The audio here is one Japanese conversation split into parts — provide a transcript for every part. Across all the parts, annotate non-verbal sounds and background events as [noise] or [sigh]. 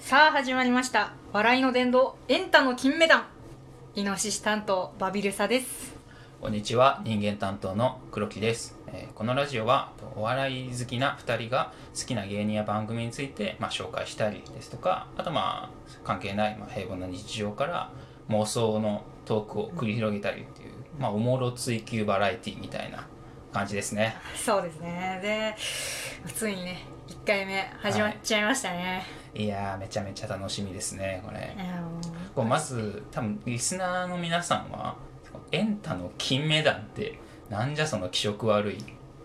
さあ始まりました笑いの殿堂エンタの金メダンイノシシ担当バビルサですこんにちは人間担当の黒木です、えーこのラジオはお笑い好きな2人が好きな芸人や番組について、まあ、紹介したりですとかあとまあ関係ない、まあ、平凡な日常から妄想のトークを繰り広げたりっていう、まあ、おもろ追求バラエティみたいな感じですねそうですねでついにね1回目始まっちゃいましたね、いやーめちゃめちゃ楽しみですねこれいやもうこうまず多分リスナーの皆さんは「エンタの金メダン」ってなんじゃその気色悪い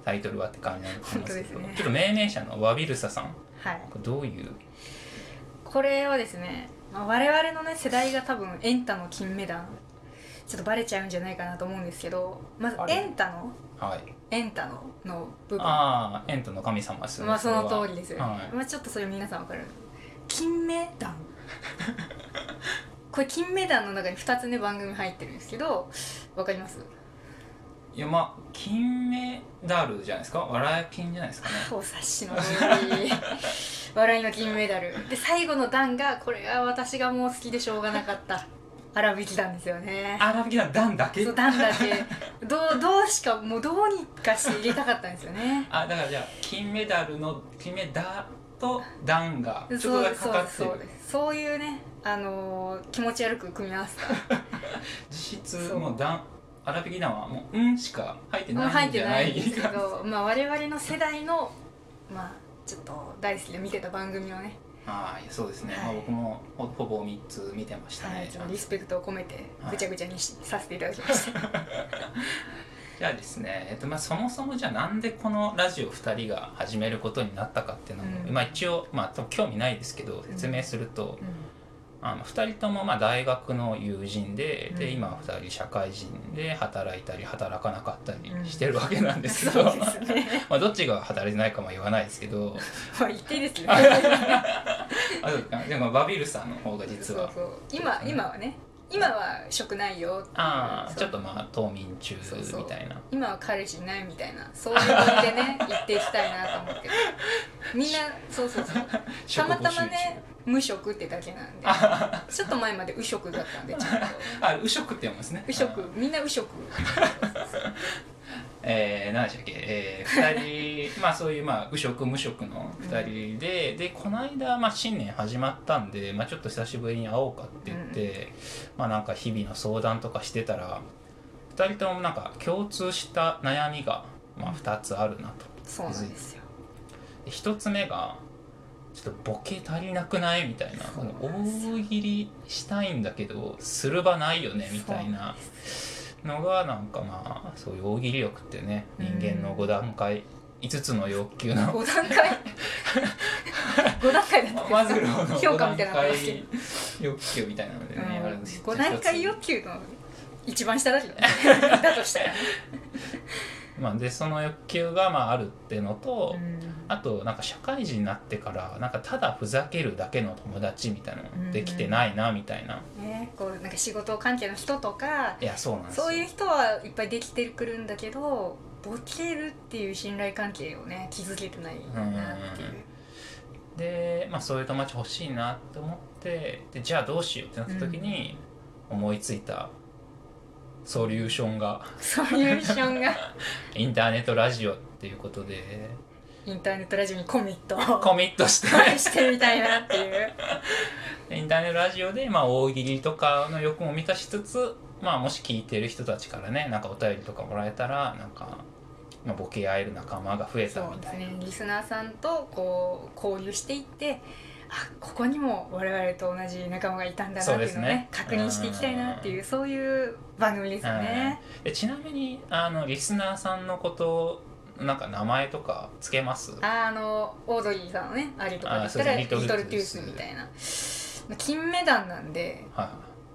タイトルはって感じなんですけど本当ですねちょっと命名者のワビルサさんはいこれどういうこれはですね、まあ、我々のね世代が多分エンタの金メダンちょっとバレちゃうんじゃないかなと思うんですけどまずあれエンタのはいエンタのの部分ああエンタの神様ですよねまあそのれ通はりですよ、はいまあちょっとそれ皆さんわかる金メ [laughs] ダンこれ金メダンの中に2つね番組入ってるんですけどわかりますいやまあ金メダルじゃないですか笑い金じゃないですかねお察しの通 [laughs] り笑いの金メダルで最後の段がこれが私がもう好きでしょうがなかった荒引き団ですよねあラビキダダンだけそう段だけどうどうしかもうどうにかして入れたかったんですよねあだからじゃあ金メダルの金メダとダンが [laughs] ちょっとだけかそうかでっすてそうるですそういうねあのー気持ち悪く組み合わせた実質そうもうダンアラビキダンはもう「うん」しか入ってな入いっんじてゃなないいんですけかど、まあ、我々の世代の、まあ、ちょっと大好きで見てた番組をね、はい、そうですね、はい [laughs] まあ、僕もほほぼ3つ見てましたはねい、、リスペクトを込めてはいぐちゃぐちゃにし、させていただきましたじゃあですね、えっとまあ、そもそもじゃあなんでこのラジオ2人が始めることになったかっていうのも、うんまあ、一応、まあ、多分興味ないですけど説明すると、うあの2人ともまあ大学の友人で,、うでん今2人社会人で働いたり働かなかったりうんしてるわけなんでん、すけそど、うですね [laughs] まあどっちが働いてないかも言わないですけどまあ言っていいですねあそうかでもバビルさんの方が実はそうそう今今はね今は職ないよっていうああそうちょっとまあ冬眠中みたそいなうそう今は彼氏いないみたいなそういうノリで [laughs] ね言っていきたいなと思ってみんなそうそうそうたまたまね無職ってだけなんでちょっと前まで右職だったんでちゃん [laughs] とあ右職って読むんですね右職みんな右職えー、何でしたっけ、 [laughs] えー、2人 [laughs] まあそういうまあ右職無職の2人で、でこの間、まあ、新年始まったんで、まあ、ちょっと久しぶりに会おうかって言って、まあなんか日々の相談とかしてたら2人ともなんか共通した悩みが、まあ、2つあるなとそうなんですよで1つ目がちょっとボケ足りなくないみたいなそうなんです大喜利したいんだけどする場ないよねみたいなのがなんかまあそういう大喜利力ってねうん人間の5段階5つの欲求の5段階5段階だったマズローの評5価み段たいなのありますけ階欲求みたいなのでね、あるんです5段階欲求の一番下だけ [laughs] どねだとしたらまあ、でその欲求がまああるってのと、あとなんか社会人になってからなんかただふざけるだけの友達みたいなのできてないなみたいな、ねこうなんか仕事関係の人とかいやそうなんですよそういう人はいっぱいできてくるんだけどボケるっていう信頼関係をね築けてないなっていううんで、まあ、そういう友達欲しいなって思ってでじゃあどうしようってなった時に思いついたソリューションがソリューションがインターネットラジオっていうことでインターネットラジオにコミットを [laughs] コミットして [laughs] してみたいなっていうインターネットラジオで、まあ、大喜利とかの欲も満たしつつ、まあ、もし聞いてる人たちからねなんかお便りとかもらえたらなんか、まあ、ボケ合える仲間が増えたそうみですたいなねリスナーさんとこう交流していってあここにも我々と同じ仲間がいたんだなっていうのをねそうです確ね認していきたいなっていうそういう番組ですよね。でちなみにあのリスナーさんのことなんか名前とかつけますああのオードリーさんのねあれとかだったあらーリそうトですねリルトルトトゥゥーーススみたいなまあ金メダンなんではい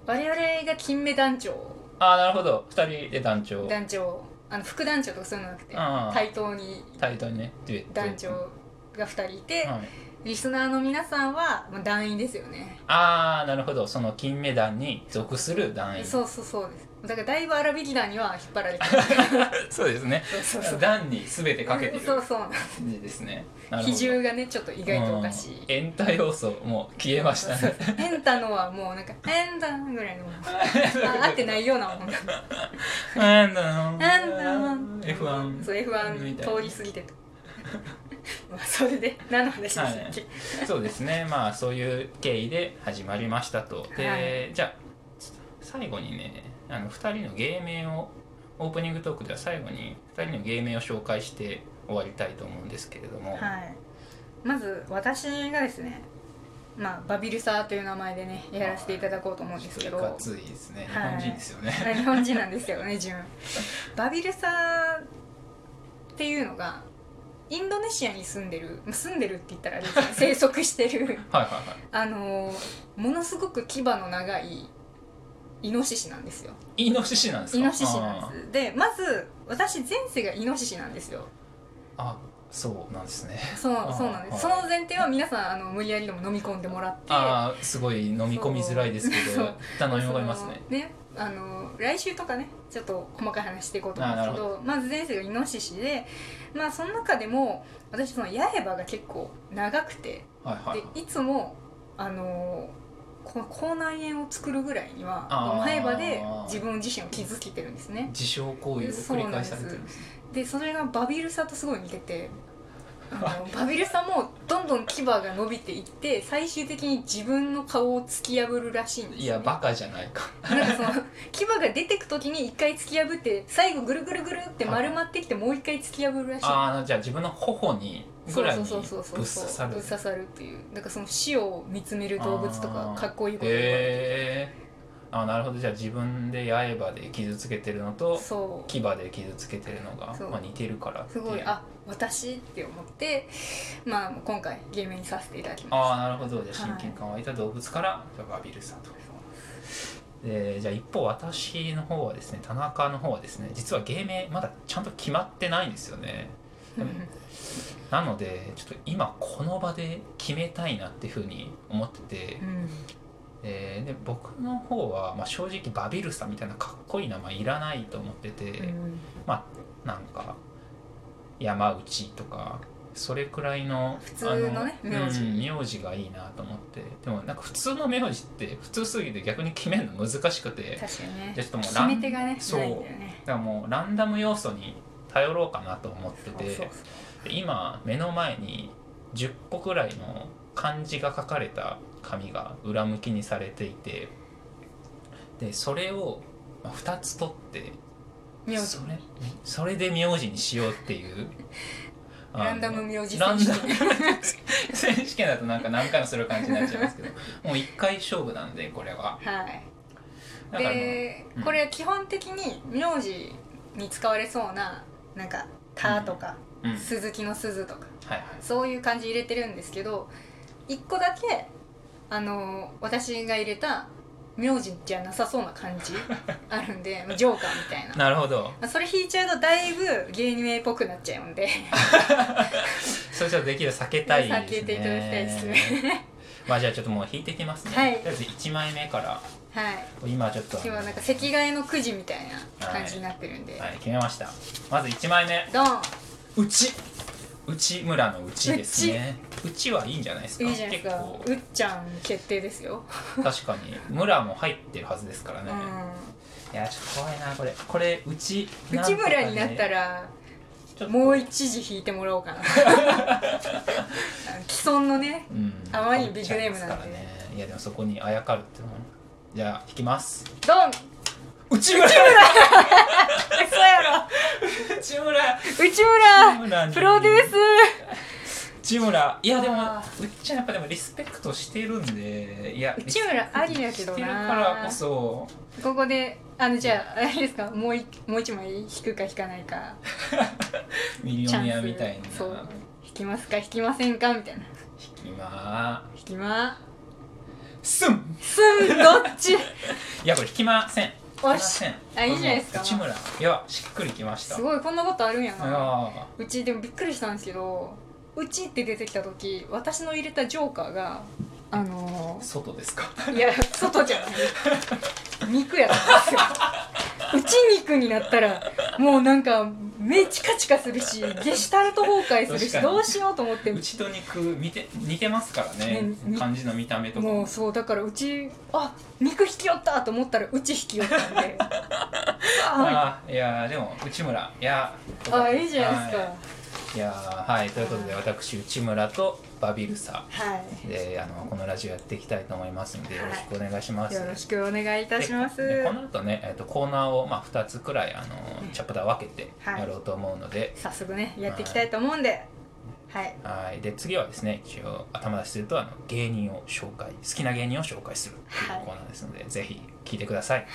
我々が金メ団長ああなるほど2人で団長団長あの副団長とかそういうのなくてあー対等に対等にねデュエット団長が2人いて、はい、リスナーの皆さんはまあ団員ですよね、ああなるほどその金メダルに属する団員そうそうそうです、だからだいぶ荒引き団には引っ張られてそうですね [laughs] そうそう段に全てかけているそう感そうなんじですねなるほど比重がねちょっと意外とおかしい、うんエンタ要素もう消えましたね変だのはもうなんか「変だ」ぐらいのあ合ってないようなもんなんだなんなんだ F1 そう F1 通り過 [laughs] ぎてとまあそれで何の話でしたっけ、そうですねまあそういう経緯で始まりましたとで、はじゃあ最後にねあの2人の芸名をオープニングトークでは最後に2人の芸名を紹介して終わりたいと思うんですけれども、はい、まず私がですね、まあ、バビルサーという名前でねやらせていただこうと思うんですけど、いかついですね日はい本人ですよね、 [laughs] まあ日本人なんですけどね自分バビルサーっていうのがインドネシアに住んでるまあ住んでるって言ったらあれです [laughs] ね生息してるはい、はいはいあのーものすごく牙の長いイノシシなんですよイノシシなんですかイノシシなんですでまず私前世がイノシシなんですよあーあそうなんですねそうあそうなんですそはいの前提は皆さんあの無理やりでも飲み込んでもらってああすごい飲み込みづらいですけそどう一旦飲み込みますねそのあの来週とかねちょっと細かい話していこうと思うんですけどまず前世がイノシシでまあその中でも私その八重歯が結構長くてはいはいでいつもあのこの口内炎を作るぐらいにはあー前歯で自分自身を傷つけてるんですね自傷行為を繰り返されてるんですねでそれがバビルサとすごい似ててあ [laughs] のバビルサもどんどん牙が伸びていって最終的に自分の顔を突き破るらしいんです、ね、いやバカじゃないかなんかその牙が出てく時に一回突き破って最後ぐるぐるぐるって丸まってきてもう一回突き破るらしいああじゃあ自分の頬にぐそうらいそにうぶそっう刺そうそうさるぶっ刺さるっていうなんかその死を見つめる動物とかあーかっこいいこと言われてへえあーなるほどじゃあ自分で刃で傷つけてるのとそう牙で傷つけてるのがそうまあ、似てるからってすごいあ私って思ってまあ今回ゲームにさせていただきまあしあなるほどじゃはあ親い近感湧いた動物からじゃあバビルさんとでじゃあ一方私の方はですね田中の方はですね実は芸名まだちゃんと決まってないんですよねた、うんなのでちょっと今この場で決めたいなっていうふうに思っててう、んえーで僕の方は、まあ、正直バビルサみたいなかっこいい名前いらないと思ってて、うんまあなんか山内とかそれくらいの普通のねあの名字うん、名字がいいなと思ってでもなんか普通の名字って普通すぎて逆に決めるの難しくてだか確かにねじゃあちょっともう決ランめ手がねそうないんだよねらもうランダム要素に頼ろうかなと思っててそうそうで今目の前に10個くらいの漢字が書かれた紙が裏向きにされていてでそれをまあ2つ取ってそう名字それそれで名字にしようっていうあ [laughs] のランダム名字選ラン手ダ権ム選手権だとなんか何回もする感じになっちゃ [laughs] いますけどもう1回勝負なんでこれははいだからもうで、うんこれ基本的に名字に使われそうななんか「た」とか、うんはい鈴木の鈴」とかはいそういう感じ入れてるんですけど一個だけあの私が入れた名字じゃなさそうな感 [laughs] じあるんでまあジョーカーみたいな。なるほどそれ引いちゃうとだいぶ芸名っぽくなっちゃうんでそれじゃできる避けたいですね避けていただきたいです [laughs] ねまあじゃあちょっともう引いてきますね、はいとりあえず1枚目からはい今ちょっとあの今なんか席替えのくじみたいな感じになってるんで、はい決めましたまず1枚目ドンうち内村のうちですねうちはいいんじゃないですかいいじゃないですかう結っちゃん決定ですよ、構確かに村も入ってるはずですからね、うんいやちょっと怖いなこれこれうち内村になったららちょっともう一時引いてもらおうかな [laughs] 既存のねうんあまりにビッグネームなんでかぶっちゃいますからねいやでもそこにあやかるっていうのもじゃあ引きますドン内村そうや内村ろ内村内村にプロデュース内村いやでもあうっちゃんやっぱでもリスペクトしてるんでいや内村ありやけどなしてるからこそここであのじゃああれですかもういもう一枚引くか引かないかミリオネアみたいなそう引きますか引きませんかみたいな今引きますんすんどっ [laughs] ちいやこれ引きませんお引きませしんあいいじゃないですか内村いやしっくりきましたすいごいこんなことあるんやなやうちでもびっくりしたんですけどうちって出てきた時私の入れたジョーカーがあのー外ですかいや、外じゃない。肉やったんですよ。内肉になったらもうなんか目チカチカするしゲシュタルト崩壊するし確かにどうしようと思ってうちと肉見て似てますからねねに感じの見た目とかもうそうだからうちあ肉引き寄ったと思ったらうち引き寄ったんでああーいやーでも内村いやーあいいじゃないですはかいいやーはいということで私内村とバビルサはい、であのこのラジオやっていきたいと思いますのでよろしくお願いします、よろしくお願いいたしますでこの後ね、えっとコーナーをまあ二つくらいあのチャプター分けてはいやろうと思うので、早速ねやっていきたいと思うんではいはい、で次はですね一応頭出しするとあの芸人を紹介好きな芸人を紹介するっていうコーナーですので、ぜひ聞いてください、